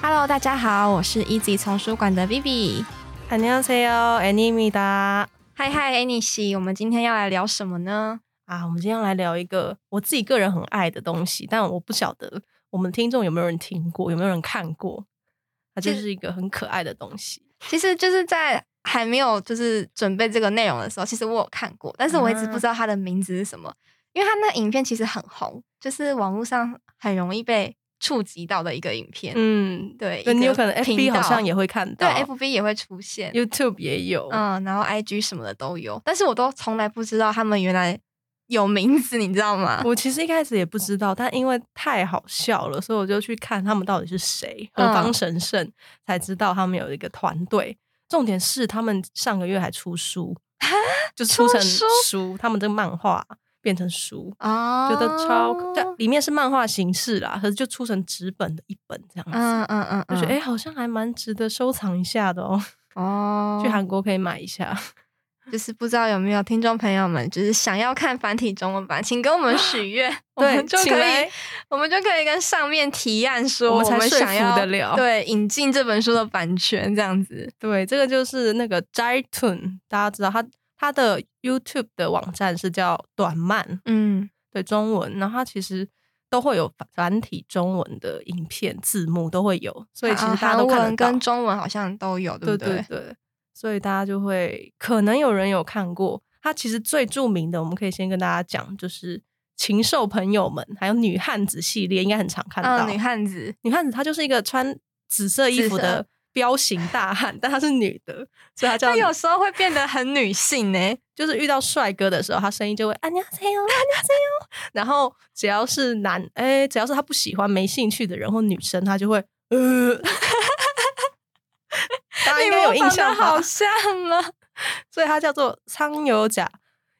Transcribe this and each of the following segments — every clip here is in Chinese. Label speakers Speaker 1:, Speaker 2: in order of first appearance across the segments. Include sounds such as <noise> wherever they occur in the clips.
Speaker 1: Hello，大家好，我是 Easy 丛书馆的 Vivi。
Speaker 2: 안녕하세요, 애니입니다.
Speaker 1: 嗨嗨，a n i e 我们今天要来聊什么呢？
Speaker 2: 啊，我们今天要来聊一个我自己个人很爱的东西，但我不晓得我们听众有没有人听过，有没有人看过。它就
Speaker 1: 其实
Speaker 2: 是一个很可爱的东西，
Speaker 1: 其实就是在还没有就是准备这个内容的时候，其实我有看过，但是我一直不知
Speaker 2: 嗯
Speaker 1: 道它的名字是什么，因为它那影片其实很红，就是网络上很容易被触及到的一个影片。
Speaker 2: 嗯，
Speaker 1: 对，
Speaker 2: 那
Speaker 1: 一个
Speaker 2: 你有可能
Speaker 1: 频
Speaker 2: FB 好
Speaker 1: 道
Speaker 2: 像也会看
Speaker 1: 对
Speaker 2: 到
Speaker 1: ，FB 也会出现。
Speaker 2: ，YouTube 也有，
Speaker 1: 嗯，然后 IG 什么的都有，但是我都从来不知道他们原来有名字，你知道吗？
Speaker 2: 我其实一开始也不知道，但因为太好笑了，所以我就去看他们到底是谁，何
Speaker 1: 嗯
Speaker 2: 方神圣，才知道他们有一个团队。重点是他们上个月还出书，就出
Speaker 1: 啊出
Speaker 2: 成
Speaker 1: 书
Speaker 2: 书，他们这个漫画变成书，
Speaker 1: 啊
Speaker 2: 觉得超，啊
Speaker 1: 哦
Speaker 2: 但里面是漫画形式啦，可是就出成纸本的一本这样子，
Speaker 1: 嗯嗯嗯，
Speaker 2: 就觉得哎、
Speaker 1: 哎
Speaker 2: 诶好像还蛮值得收藏一下的哦，
Speaker 1: 哦，
Speaker 2: 去韩国可以买一下。
Speaker 1: 就是不知道有没有听众朋友们，就是想要看繁体中文版，请跟我们许
Speaker 2: <laughs>
Speaker 1: 愿，我
Speaker 2: 啊对
Speaker 1: 们就
Speaker 2: 请
Speaker 1: 可以
Speaker 2: 来，
Speaker 1: 我们就可以跟上面提案说，
Speaker 2: 我
Speaker 1: 我
Speaker 2: 们才说
Speaker 1: 想
Speaker 2: 服
Speaker 1: 要
Speaker 2: 得了
Speaker 1: 对，引进这本书的版权这样子。
Speaker 2: 对，这个就是那个 Jitun，大家知道他他的 YouTube 的网站是叫短漫，
Speaker 1: 嗯，
Speaker 2: 对中文，然后它其实都会有繁繁体中文的影片字幕都会有，所以其实
Speaker 1: 啊
Speaker 2: 大家
Speaker 1: 韩
Speaker 2: 都看
Speaker 1: 文
Speaker 2: 得到。
Speaker 1: 跟中文好像都有，对
Speaker 2: 对
Speaker 1: 不
Speaker 2: 对对，所以大家就会可能有人有看过。它其实最著名的，我们可以先跟大家讲，就是《禽兽朋友们》还有《女汉子》系列，应该很常看到。
Speaker 1: 嗯，女汉子，
Speaker 2: 女汉子她就是一个穿紫色衣
Speaker 1: 紫
Speaker 2: 服
Speaker 1: 色 <laughs>
Speaker 2: 的彪形大汉，但她是女的，所以她叫
Speaker 1: 她有时候会变得很女性呢、
Speaker 2: 就是遇到帅哥的时候，他声音就会啊你好谁哦，啊你好谁哦。然后只要是男，哎、只要是他不喜欢、没兴趣的人或女生，他就会呃，大家应该有印象
Speaker 1: 你模仿得好
Speaker 2: 吧？啊
Speaker 1: 像
Speaker 2: <laughs>
Speaker 1: 了，
Speaker 2: 所以他叫做苍油甲，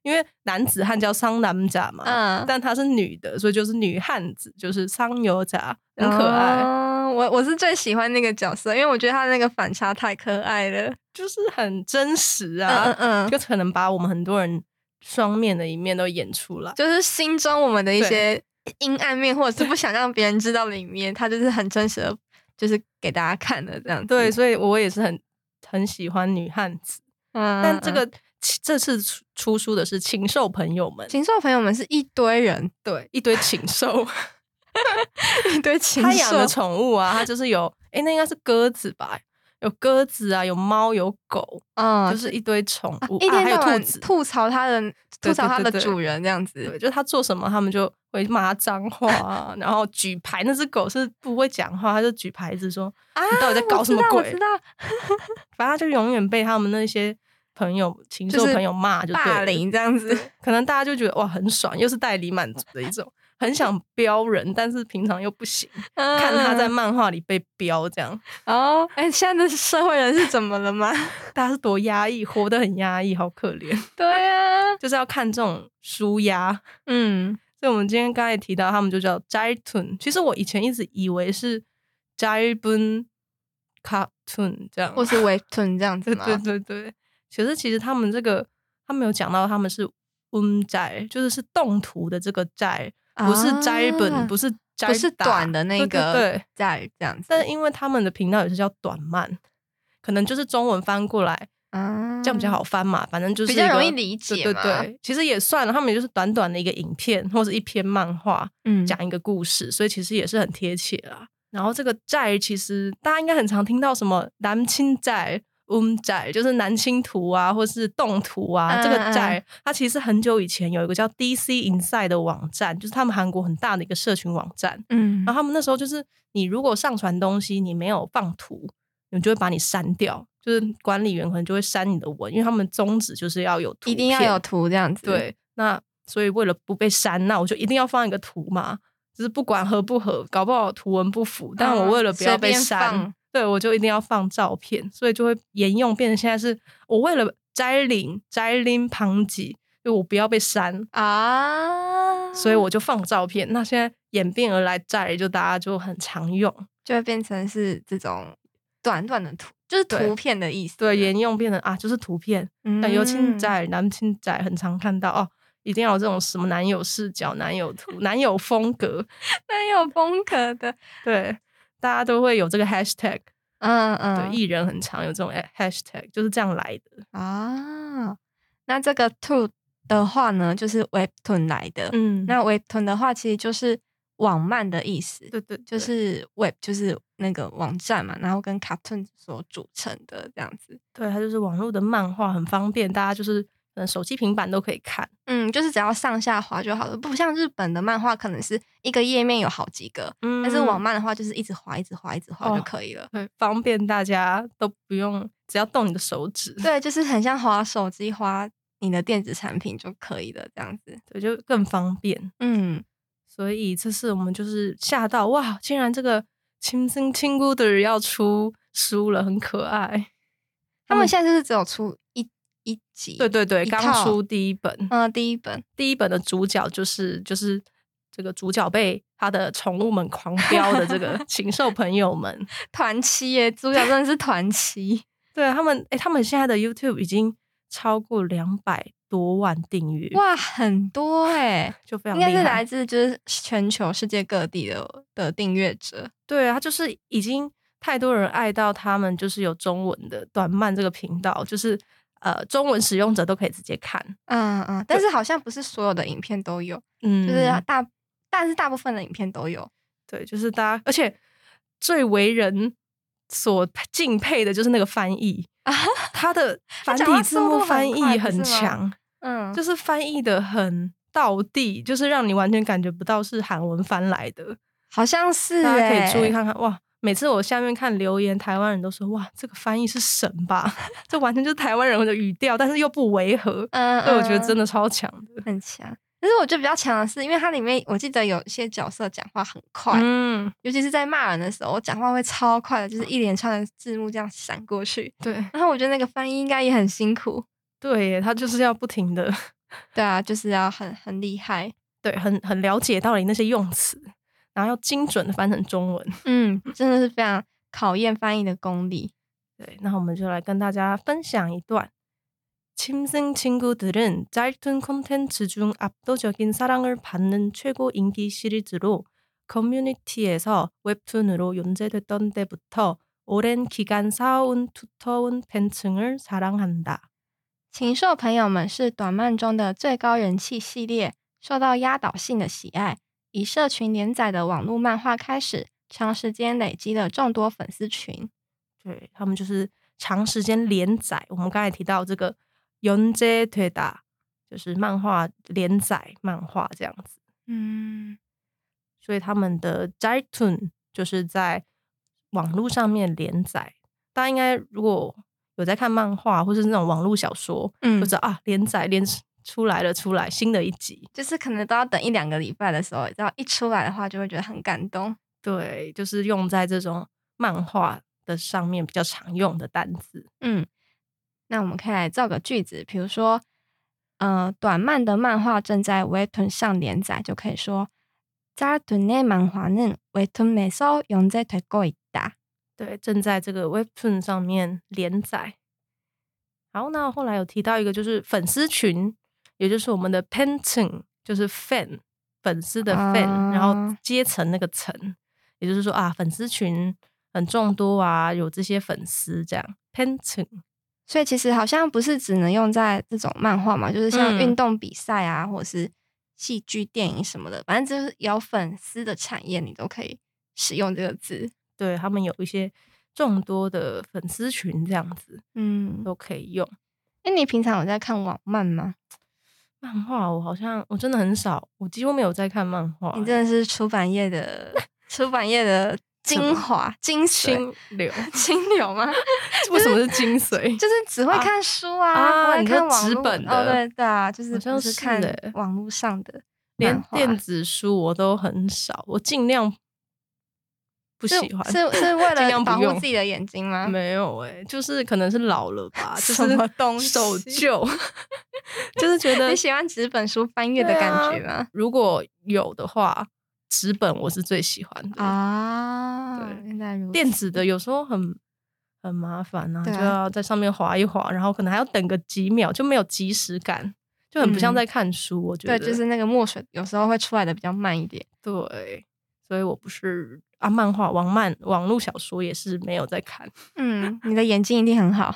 Speaker 2: 因为男子汉叫桑南甲嘛，
Speaker 1: 嗯，
Speaker 2: 但她是女的，所以就是女汉子，就是苍油甲，很可爱，
Speaker 1: 哦我我是最喜欢那个角色，因为我觉得她那个反差太可爱了。
Speaker 2: 就是很真实啊，
Speaker 1: 嗯嗯嗯，
Speaker 2: 就可能把我们很多人双面的一面都演出来。
Speaker 1: 就是心中我们的一些阴暗面，或者是不想让别人知道的一面，他就是很真实的，就是给大家看的这样子。
Speaker 2: 对，所以我也是很很喜欢女汉子。
Speaker 1: 嗯，嗯，
Speaker 2: 但这
Speaker 1: 嗯
Speaker 2: 个这次出出书的是禽兽朋友们，
Speaker 1: 禽兽朋友们是一堆人，
Speaker 2: 对，一堆禽兽，
Speaker 1: 一堆 <laughs> 禽
Speaker 2: 他养
Speaker 1: 兽
Speaker 2: 的，宠物啊，他就是有，哎、那应该是鸽子吧？有鸽子啊，有猫，有狗，
Speaker 1: 嗯，
Speaker 2: 就是一堆宠
Speaker 1: 啊
Speaker 2: 物，
Speaker 1: 一
Speaker 2: 啊
Speaker 1: 天
Speaker 2: 还有
Speaker 1: 到晚
Speaker 2: 兔子。
Speaker 1: 吐槽他的，吐
Speaker 2: 对
Speaker 1: 槽他的
Speaker 2: 对对对
Speaker 1: 主人这样子。
Speaker 2: 对，就是他做什么，他们就会骂他脏话啊，然后举牌。那只狗是不会讲话，它就举牌子说
Speaker 1: 啊
Speaker 2: 你到底在搞什么
Speaker 1: 我
Speaker 2: 鬼
Speaker 1: 知道，我知道，：“
Speaker 2: 反正他就永远被他们那些朋友、禽兽
Speaker 1: 就是
Speaker 2: 朋友骂，就对
Speaker 1: 霸
Speaker 2: 了
Speaker 1: 凌这样子。
Speaker 2: 可能大家就觉得哇很爽，又是代理满足的一种，很想飙人，但是平常又不行。看
Speaker 1: 看
Speaker 2: 他在漫画里被飙，这样
Speaker 1: 嗯哦，哎，现在的社会人是怎么了
Speaker 2: <laughs>
Speaker 1: 吗？
Speaker 2: 大家是多压抑，活得很压抑，好可怜。 <laughs>
Speaker 1: 对啊，
Speaker 2: 就是要看这种舒压。
Speaker 1: 嗯，
Speaker 2: 所以我们今天刚才提到，他们就叫 Jaitun。其实我以前一直以为是 Jaibun Cartoon 这样，
Speaker 1: 或是 <laughs> 围臀这样子
Speaker 2: <laughs> 对
Speaker 1: 吗？
Speaker 2: 对对对。可是其实他们这个，他们有讲到他们是 Um Jai，就是是动图的这个 Jai，不是摘
Speaker 1: 啊
Speaker 2: 本，不是摘
Speaker 1: 不是
Speaker 2: 打
Speaker 1: 短的那
Speaker 2: 对
Speaker 1: 个
Speaker 2: 对对。
Speaker 1: 在这样子，
Speaker 2: 但因为他们的频道也是叫短漫，可能就是中文翻过来，
Speaker 1: 啊
Speaker 2: 这样比较好翻嘛。反正就是
Speaker 1: 比较
Speaker 2: 一个
Speaker 1: 容易理解
Speaker 2: 对
Speaker 1: 嘛
Speaker 2: 对对，其实也算了，他们也就是短短的一个影片或者一篇漫画，
Speaker 1: 嗯
Speaker 2: 讲一个故事，所以其实也是很贴切啦。然后这个债其实大家应该很常听到什么南青债、翁债，就是南青图啊，或是动图啊。
Speaker 1: 嗯
Speaker 2: 这个债它其实很久以前有一个叫 DC Inside 的网站，就是他们韩国很大的一个社群网站。
Speaker 1: 嗯
Speaker 2: 然后他们那时候就是，你如果上传东西，你没有放图，你们就会把你删掉，就是管理员可能就会删你的文，因为他们宗旨就是要有图
Speaker 1: 一定要
Speaker 2: 片
Speaker 1: 有图这样子，，
Speaker 2: 对。那所以为了不被删，那我就一定要放一个图嘛，就是不管合不合，搞不好图文不符，但我为了不要
Speaker 1: 嗯随
Speaker 2: 被
Speaker 1: 便
Speaker 2: 删，
Speaker 1: 放
Speaker 2: 对我就一定要放照片，所以就会沿用变成现在是我为了摘领摘领旁及，就我不要被删，
Speaker 1: 啊，
Speaker 2: 所以我就放照片。那现在演变而来摘，就大家就很常用，
Speaker 1: 就会变成是这种短短的图，就是
Speaker 2: 对
Speaker 1: 图片的意思。嗯
Speaker 2: 对，沿用变成啊就是图片，那尤其
Speaker 1: 在
Speaker 2: 在男亲仔很常看到哦。一定要有这种什么男友视角、男友图、男友风格，
Speaker 1: 蛮有风格的，
Speaker 2: 对，大家都会有这个 hashtag，
Speaker 1: 嗯
Speaker 2: 对，
Speaker 1: 嗯，
Speaker 2: 艺人很常有这种 hashtag，就是这样来的。
Speaker 1: 啊，那这个 two 的话呢，就是 webtoon 来的。
Speaker 2: 嗯
Speaker 1: 那 webtoon 的话，其实就是网漫的意思，
Speaker 2: 对对，
Speaker 1: 就
Speaker 2: 对
Speaker 1: 是 web 就是那个网站嘛，然后跟 cartoon 所组成的这样子。
Speaker 2: 对，它就是网络的漫画，很方便，大家就是嗯手机、平板都可以看。
Speaker 1: 嗯，就是只要上下滑就好了，不像日本的漫画可能是一个页面有好几个，
Speaker 2: 嗯
Speaker 1: 但是网漫的话就是一直滑、一直滑、一直滑
Speaker 2: 哦
Speaker 1: 就可以了。
Speaker 2: 对方便大家都不用，只要动你的手指，
Speaker 1: 对，就是很像滑手机、滑你的电子产品就可以了，这样子。
Speaker 2: 对，就更方便。
Speaker 1: 嗯，
Speaker 2: 所以这次我们就是吓到哇，竟然这个《青青青姑的人》要出书了，很可爱。
Speaker 1: 他们现在就是只有出一一集，
Speaker 2: 嗯对对对，
Speaker 1: 一
Speaker 2: 刚
Speaker 1: 套
Speaker 2: 出第一本，
Speaker 1: 嗯、第一本，
Speaker 2: 第一本的主角就是就是这个主角被他的宠物们狂飙的
Speaker 1: <laughs>
Speaker 2: 这个禽兽朋友们，
Speaker 1: 团七耶，主角真的是团
Speaker 2: <laughs>
Speaker 1: 七，
Speaker 2: 对他们，哎、他们现在的 YouTube 已经超过两百多万订阅，
Speaker 1: 哇，很多哎，
Speaker 2: 就非常
Speaker 1: 应
Speaker 2: 厉
Speaker 1: 该是
Speaker 2: 害
Speaker 1: 来。自就是全球世界各地的的订阅者。
Speaker 2: 对啊，就是已经太多人爱到他们，就是有中文的短漫这个频道，就是呃，中文使用者都可以直接看。
Speaker 1: 嗯嗯，但是好像不是所有的影片都有，
Speaker 2: 嗯，
Speaker 1: 就是大，但是大部分的影片都有。
Speaker 2: 对，就是大家，而且最为人所敬佩的就是那个翻
Speaker 1: <laughs>
Speaker 2: 译
Speaker 1: 啊，
Speaker 2: 他的繁
Speaker 1: 讲话
Speaker 2: 体
Speaker 1: 速
Speaker 2: 字
Speaker 1: 度
Speaker 2: 幕
Speaker 1: 很
Speaker 2: 翻译
Speaker 1: 快不
Speaker 2: 很
Speaker 1: 是吗
Speaker 2: 强。
Speaker 1: 嗯，
Speaker 2: 就是翻译的很到地，就是让你完全感觉不到是韩文翻来的。
Speaker 1: 好像是
Speaker 2: 大家可
Speaker 1: 哎，
Speaker 2: 以注意看看，哇！每次我下面看留言，台湾人都说：“哇，这个翻译是神吧？” <laughs> 这完全就是台湾人的语调，但是又不违和，
Speaker 1: 嗯，嗯，
Speaker 2: 所以我觉得
Speaker 1: 的。
Speaker 2: 真的超强的。
Speaker 1: 很强。但是我觉得比较强的是，因为它里面我记得有一些角色讲话很快，
Speaker 2: 嗯，
Speaker 1: 尤其是在骂人的时候，我讲话会超快的，就是一连串的字幕这样闪过去。
Speaker 2: 对
Speaker 1: 然后我觉得那个翻译应该也很辛苦，
Speaker 2: 对耶，他就是要不停的，
Speaker 1: 对啊，就是要很很厉害。
Speaker 2: 对，很很了解到你那些用词，然后要精准的翻成中文。
Speaker 1: 嗯，真的是非常考验翻译的功力。
Speaker 2: 对，那我们就来跟大家分享一段。친생친구들은 짧은 콘텐츠 중 압도적인 사랑을 받는 최고 인기 시리즈로 커뮤니티에서 웹툰으로 연재됐던 때부터 오랜 기간 쌓아온 두터운 팬층을 자랑한다.
Speaker 1: 禽兽朋友们是短漫中的最高人气系列，受到压倒性的喜爱。以社群连载的网络漫画开始，长时间累积了众多粉丝群。
Speaker 2: 对他们就是长时间连载。我们刚才提到这个연재되다，就是漫画连载漫画这样子。
Speaker 1: 嗯，
Speaker 2: 所以他们的 Jitun 就是在网络上面连载。大家应该如果有在看漫画或是那种网络小说，
Speaker 1: 嗯
Speaker 2: 就知道啊，连载连出来了，出来新的一集。
Speaker 1: 就是可能都要等一两个礼拜的时候，只要一出来的话，就会觉得很感动。
Speaker 2: 对，就是用在这种漫画的上面比较常用的单字。
Speaker 1: 嗯，那我们可以来造个句子，比如说，呃，短漫的漫画正在 Webtoon 上连载，就可以说，짧은 내만화는 웹툰에서 연재되고 있다。
Speaker 2: 对，正在这个 Webtoon 上面连载。好，那后来有提到一个就是粉丝群，也就是我们的 Penton，就是 fan 粉丝的 fan，、然后
Speaker 1: 啊
Speaker 2: 阶层那个层，也就是说啊，粉丝群很众多啊，有这些粉丝这样 Penton。
Speaker 1: 所以其实好像不是只能用在这种漫画嘛，就是像
Speaker 2: 嗯
Speaker 1: 运动比赛啊，或者是戏剧、电影什么的，反正就是有粉丝的产业，你都可以使用这个字。
Speaker 2: 对他们有一些众多的粉丝群，这样子
Speaker 1: 嗯，
Speaker 2: 都可以用。
Speaker 1: 哎，你平常有在看网漫吗？
Speaker 2: 漫画我好像我真的很少，我几乎没有在看漫画、欸
Speaker 1: 你真的是出版业的出版业的精华精髓
Speaker 2: 清流，
Speaker 1: 清流吗？<laughs>
Speaker 2: <laughs> 为什么是精髓？
Speaker 1: 就是只会看书啊，
Speaker 2: 啊
Speaker 1: 不会
Speaker 2: 你说
Speaker 1: 看网
Speaker 2: 纸
Speaker 1: 络
Speaker 2: 本
Speaker 1: 哦，
Speaker 2: 的
Speaker 1: 对对啊，就是
Speaker 2: 好像
Speaker 1: 不是
Speaker 2: 是
Speaker 1: 看
Speaker 2: 欸
Speaker 1: 网络上的漫
Speaker 2: 连
Speaker 1: 画
Speaker 2: 电子书我都很少，我尽量不
Speaker 1: 是
Speaker 2: 喜欢。
Speaker 1: 是是为
Speaker 2: <laughs> 尽
Speaker 1: 了
Speaker 2: 量不
Speaker 1: 保护
Speaker 2: 用
Speaker 1: 自己的眼睛吗？
Speaker 2: 没有哎、就是可能是老了吧，就
Speaker 1: 什
Speaker 2: 是
Speaker 1: 么东西哎
Speaker 2: 守旧， <laughs> 就是觉得
Speaker 1: 你喜欢纸本书翻阅的
Speaker 2: 啊对
Speaker 1: 感
Speaker 2: 啊
Speaker 1: 觉吗？
Speaker 2: 如果有的话，纸本我是最喜欢的。
Speaker 1: 啊
Speaker 2: 对
Speaker 1: 原来如此。
Speaker 2: 电子的有时候很很麻烦啊，
Speaker 1: 嗯对啊
Speaker 2: 就要在上面划一划，然后可能还要等个几秒，就没有即时感，就很不像
Speaker 1: 嗯
Speaker 2: 在看书。我觉
Speaker 1: 对，
Speaker 2: 得
Speaker 1: 就是那个墨水有时候会出来的比较慢一点。
Speaker 2: 对，所以我不是啊，漫画、网漫、网络小说也是没有在看。
Speaker 1: 嗯，你的眼睛一定很
Speaker 2: <laughs>
Speaker 1: 好。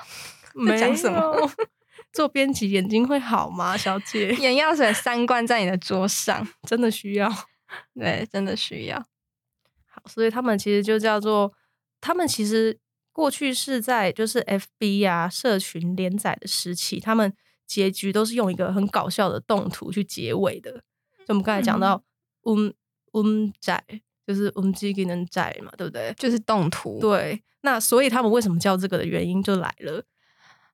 Speaker 2: 没
Speaker 1: 讲什么
Speaker 2: 有？ <laughs> 做编辑眼睛会好 <laughs> 吗，小姐？
Speaker 1: 眼药水三罐在你的桌上，
Speaker 2: 真的需要。
Speaker 1: 对，真的需要。
Speaker 2: 好，所以他们其实就叫做，他们其实过去是在就是 FB 啊社群连载的时期，他们结局都是用一个很搞笑的动图去结尾的。就我们刚才讲到，嗯嗯仔就是嗯自己能仔嘛，对不对？
Speaker 1: 就是动图
Speaker 2: 对，那所以他们为什么叫这个的原因就来了。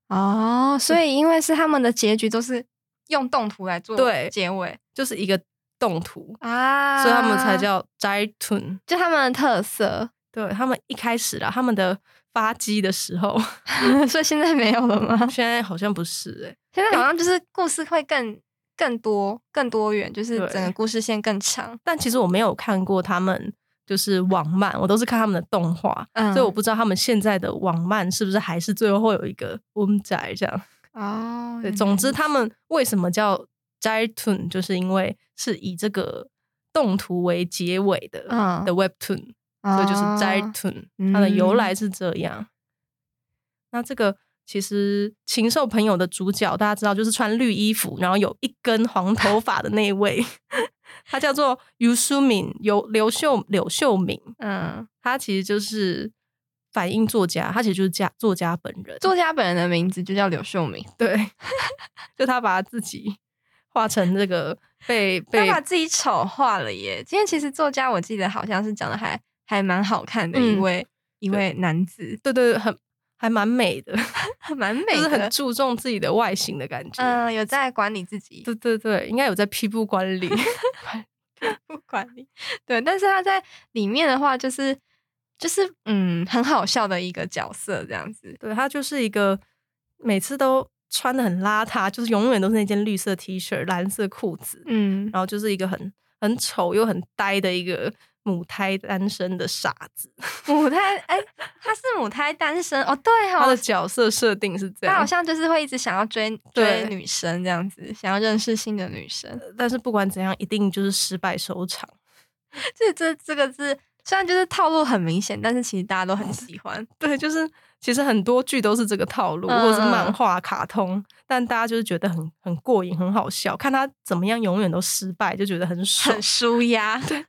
Speaker 1: 哦，
Speaker 2: 嗯
Speaker 1: 所以因为是他们的结局都是用动图来做
Speaker 2: 对
Speaker 1: 结尾
Speaker 2: 就是一个动图，
Speaker 1: 啊
Speaker 2: 所以他们才叫斋 tun。
Speaker 1: 就他们的特色，
Speaker 2: 对他们一开始啦，他们的发迹的时候，
Speaker 1: <laughs>
Speaker 2: <laughs>
Speaker 1: 所以现在没有了吗？ <laughs>
Speaker 2: 现在好像不是哎、
Speaker 1: 现在好像就是故事会更更多、更多元，就是
Speaker 2: 对
Speaker 1: 整个故事线更长。
Speaker 2: 但其实我没有看过他们就是网漫，我都是看他们的动画，
Speaker 1: 嗯
Speaker 2: 所以我不知道他们现在的网漫是不是还是最后会有一个 w o m 宅这样。
Speaker 1: 哦
Speaker 2: 对，总之他们为什么叫斋 tun，就是因为是以这个动图为结尾的、
Speaker 1: 嗯哦
Speaker 2: 的 webtoon。所
Speaker 1: 所
Speaker 2: 以就是斋 tun，、它的由
Speaker 1: 嗯
Speaker 2: 来是这样。那这个其实《禽兽朋友》的主角大家知道，就是穿绿衣服，然后有一根黄头发的那一位， <laughs> 他叫做尤书敏，尤刘秀柳秀敏，
Speaker 1: 嗯，
Speaker 2: 他其实就是反映作家，他其实就是家作家本人，
Speaker 1: 作家本人的名字就叫柳秀明，
Speaker 2: 对， <laughs> 就他把他自己画成这个被
Speaker 1: 他
Speaker 2: 被
Speaker 1: 把自己丑化了耶。今天其实作家我记得好像是长得还还蛮好看的一
Speaker 2: 嗯
Speaker 1: 位、一位男子，
Speaker 2: 对对对很还蛮美的，
Speaker 1: 蛮美的，
Speaker 2: 就是很注重自己的外形的感觉，
Speaker 1: 嗯、有在管理自己，
Speaker 2: 对对对，应该有在批部管理。 <laughs>
Speaker 1: 不管理。对，但是他在里面的话，就是就是嗯，很好笑的一个角色这样子。
Speaker 2: 对他就是一个每次都穿的很邋遢，就是永远都是那件绿色 T 恤、蓝色裤子，
Speaker 1: 嗯，
Speaker 2: 然后就是一个很很丑又很呆的一个母胎单身的傻子。
Speaker 1: 母胎哎、他是母胎单身哦，对
Speaker 2: 他
Speaker 1: 哦
Speaker 2: 的，角色设定是这
Speaker 1: 他好
Speaker 2: 样，
Speaker 1: 像就是会一直想要追
Speaker 2: 对
Speaker 1: 追女生这样子，想要认识新的女生。
Speaker 2: 但是不管怎样，一定就是失败收场。
Speaker 1: 这这这个字虽然就是套路很明显，但是其实大家都很喜欢。
Speaker 2: 对，就是其实很多剧都是这个套路，
Speaker 1: 嗯
Speaker 2: 或者是漫画、卡通，但大家就是觉得很很过瘾、很好笑，看他怎么样永远都失败，就觉得很爽
Speaker 1: 很。舒压，对，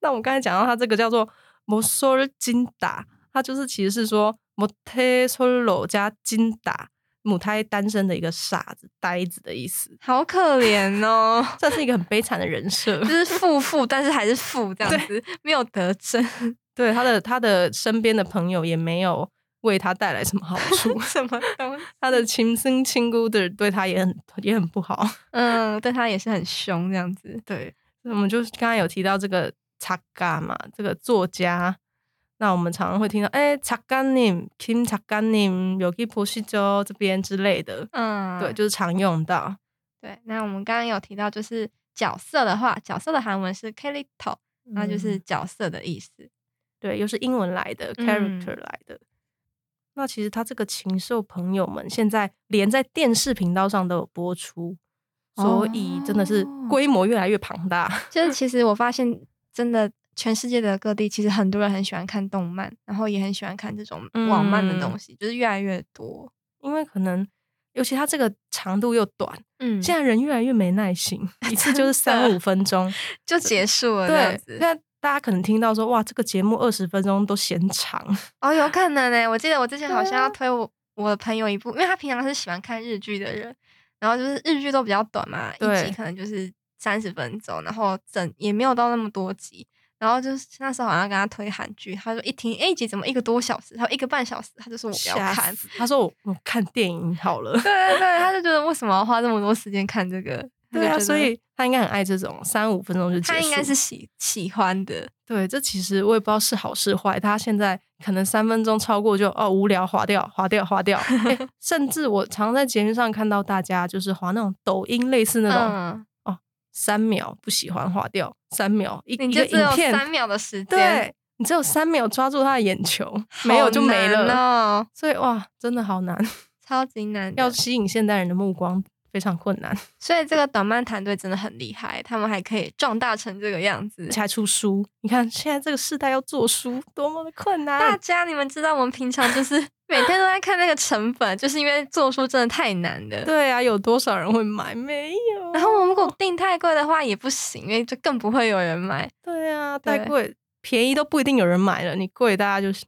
Speaker 2: 那我们刚才讲到它这个叫做 m o s o r 金达，它就是其实是说 m o t e solo 加金达母胎单身的一个傻子、呆子的意思，
Speaker 1: 好可怜哦， <laughs>
Speaker 2: 算是一个很悲惨的人设 <laughs>
Speaker 1: 就。是负负，但是还是负这样子，没有得正，，
Speaker 2: 对他的他的身边的朋友也没有为他带来什么好处 <laughs>
Speaker 1: 什么东西？
Speaker 2: 他的亲生亲姑的对他也很也很不好。
Speaker 1: 嗯，对他也是很凶这样子，
Speaker 2: 对，我们就是刚才有提到这个查嘎嘛，这个作家。那我们常常会听到，哎、查嘎님김차가님有기보시죠哦这边之类的，
Speaker 1: 嗯，
Speaker 2: 对，就是常用到。
Speaker 1: 对。那我们刚刚有提到，就是角色的话，角色的韩文是 character，那就是
Speaker 2: 嗯
Speaker 1: 角色的意思。
Speaker 2: 对，又是英文来的、
Speaker 1: 嗯
Speaker 2: character 来的。那其实他这个禽兽朋友们现在连在电视频道上都有播出，所以真的是
Speaker 1: 哦
Speaker 2: 规模越来越庞大。 <laughs>
Speaker 1: 就是其实我发现，真的全世界的各地，其实很多人很喜欢看动漫，然后也很喜欢看这种网漫的
Speaker 2: 嗯
Speaker 1: 东西，就是越来越多。
Speaker 2: 因为可能，尤其他这个长度又短，
Speaker 1: 嗯，
Speaker 2: 现在人越来越没
Speaker 1: <laughs>
Speaker 2: 耐心，一次就是三五分钟。
Speaker 1: 就结束了这样
Speaker 2: 对，
Speaker 1: 子。
Speaker 2: 那大家可能听到说，哇，这个节目二十分钟都嫌长。
Speaker 1: 哦，有可能呢、我记得我之前
Speaker 2: 对
Speaker 1: 好像
Speaker 2: 啊
Speaker 1: 要推我我的朋友一部，因为他平常是喜欢看日剧的人，然后就是日剧都比较短嘛，一
Speaker 2: 对
Speaker 1: 集可能就是三十分钟，然后整也没有到那么多集。然后就是那时候好像跟他推韩剧，他说一听哎一集怎么一个多小时，还有一个半小时，他就说我不要
Speaker 2: 吓
Speaker 1: 看。
Speaker 2: 死他说我我看电影好了。
Speaker 1: <laughs> 对对对，他就觉得为什么要花这么多时间看这个？
Speaker 2: 对
Speaker 1: 他就觉
Speaker 2: 啊，
Speaker 1: 得
Speaker 2: 所以他应该很爱这种三五分钟就结束。
Speaker 1: 他应该是喜喜欢的，
Speaker 2: 对，这其实我也不知道是好是坏。他现在可能三分钟超过就哦无聊，划掉，划掉，划掉。诶甚至我常在节目上看到大家就是划那种抖音类似那种、
Speaker 1: 嗯，
Speaker 2: 三秒不喜欢划掉，三秒一
Speaker 1: 你
Speaker 2: 一
Speaker 1: 就
Speaker 2: 个
Speaker 1: 只有三
Speaker 2: 影片，
Speaker 1: 秒的时间，
Speaker 2: 对你只有三秒抓住他的眼球，没有就没
Speaker 1: 好
Speaker 2: 了。
Speaker 1: 难哦，
Speaker 2: 所以哇，真的好难，
Speaker 1: 超级难的。
Speaker 2: 要吸引现代人的目光非常困难，
Speaker 1: 所以这个短漫团队真的很厉害，他们还可以壮大成这个样子
Speaker 2: 而且。还出书。你看现在这个时代要做书多么的困
Speaker 1: 大
Speaker 2: 难，
Speaker 1: 家，你们知道我们平常
Speaker 2: <laughs>
Speaker 1: 就是每天都在看那个成本，就是因为做书真的太难了。
Speaker 2: 对啊，有多少人会买？没有。
Speaker 1: 然后我们如果定太贵的话也不行，因为就更不会有人买，
Speaker 2: 对啊，太
Speaker 1: 对
Speaker 2: 贵，便宜都不一定有人买了，你贵大家就是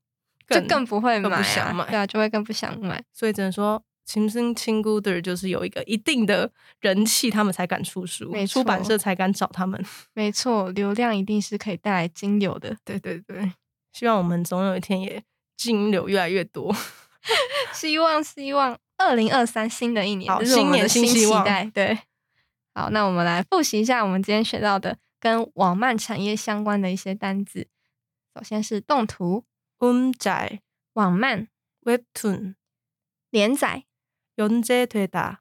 Speaker 1: 就更不会
Speaker 2: 更
Speaker 1: 买啊，
Speaker 2: 不想买
Speaker 1: 对啊，就会更不想买。
Speaker 2: 所以只能说。亲生亲姑的，就是有一个一定的人气，他们才敢出书
Speaker 1: 没，错
Speaker 2: 出版社才敢找他们。 <laughs>
Speaker 1: 没错，流量一定是可以带来金流的。
Speaker 2: 对对对，希望我们总有一天也金流越来
Speaker 1: <laughs>
Speaker 2: 越多。
Speaker 1: 希望希望二零二三新的一年，
Speaker 2: 好
Speaker 1: 这是我们的
Speaker 2: 新年新
Speaker 1: 期
Speaker 2: 希望
Speaker 1: 待。对，好，那我们来复习一下我们今天学到的跟网漫产业相关的一些单字。首先是动图、
Speaker 2: 嗯仔
Speaker 1: 网漫、
Speaker 2: 웹툰
Speaker 1: 连载、
Speaker 2: 연재되다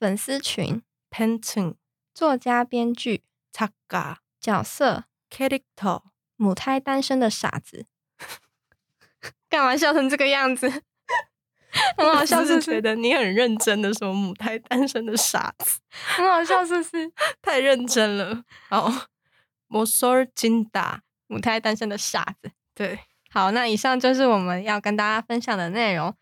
Speaker 1: 粉丝群、
Speaker 2: 팬층
Speaker 1: 作家、编剧、
Speaker 2: 작가
Speaker 1: 角色、 <laughs>
Speaker 2: 캐릭터
Speaker 1: 母胎单身的傻子。干嘛笑成这个样子？ <laughs> 很好笑，
Speaker 2: <laughs> 我只
Speaker 1: 是不
Speaker 2: 是
Speaker 1: 是
Speaker 2: 觉得你很认真的说母胎单身的傻子，
Speaker 1: 很好笑，是不是？
Speaker 2: 太认真了。好，모쏠진다
Speaker 1: 母胎单身的傻子。
Speaker 2: 对，
Speaker 1: 好，那以上就是我们要跟大家分享的内容。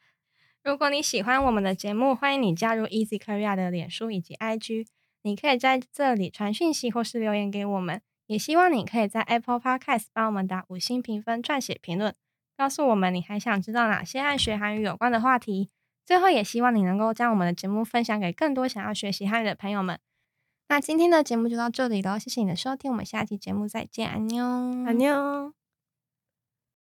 Speaker 1: 如果你喜欢我们的节目，欢迎你加入 Easy Korea 的脸书以及 IG，你可以在这里传讯息或是留言给我们。也希望你可以在 Apple Podcast 帮我们打五星评分、撰写评论，告诉我们你还想知道哪些和学韩语有关的话题。最后，也希望你能够将我们的节目分享给更多想要学习汉语的朋友们。那今天的节目就到这里喽，谢谢你的收听，我们下期节目再见，安妞，
Speaker 2: 안녕。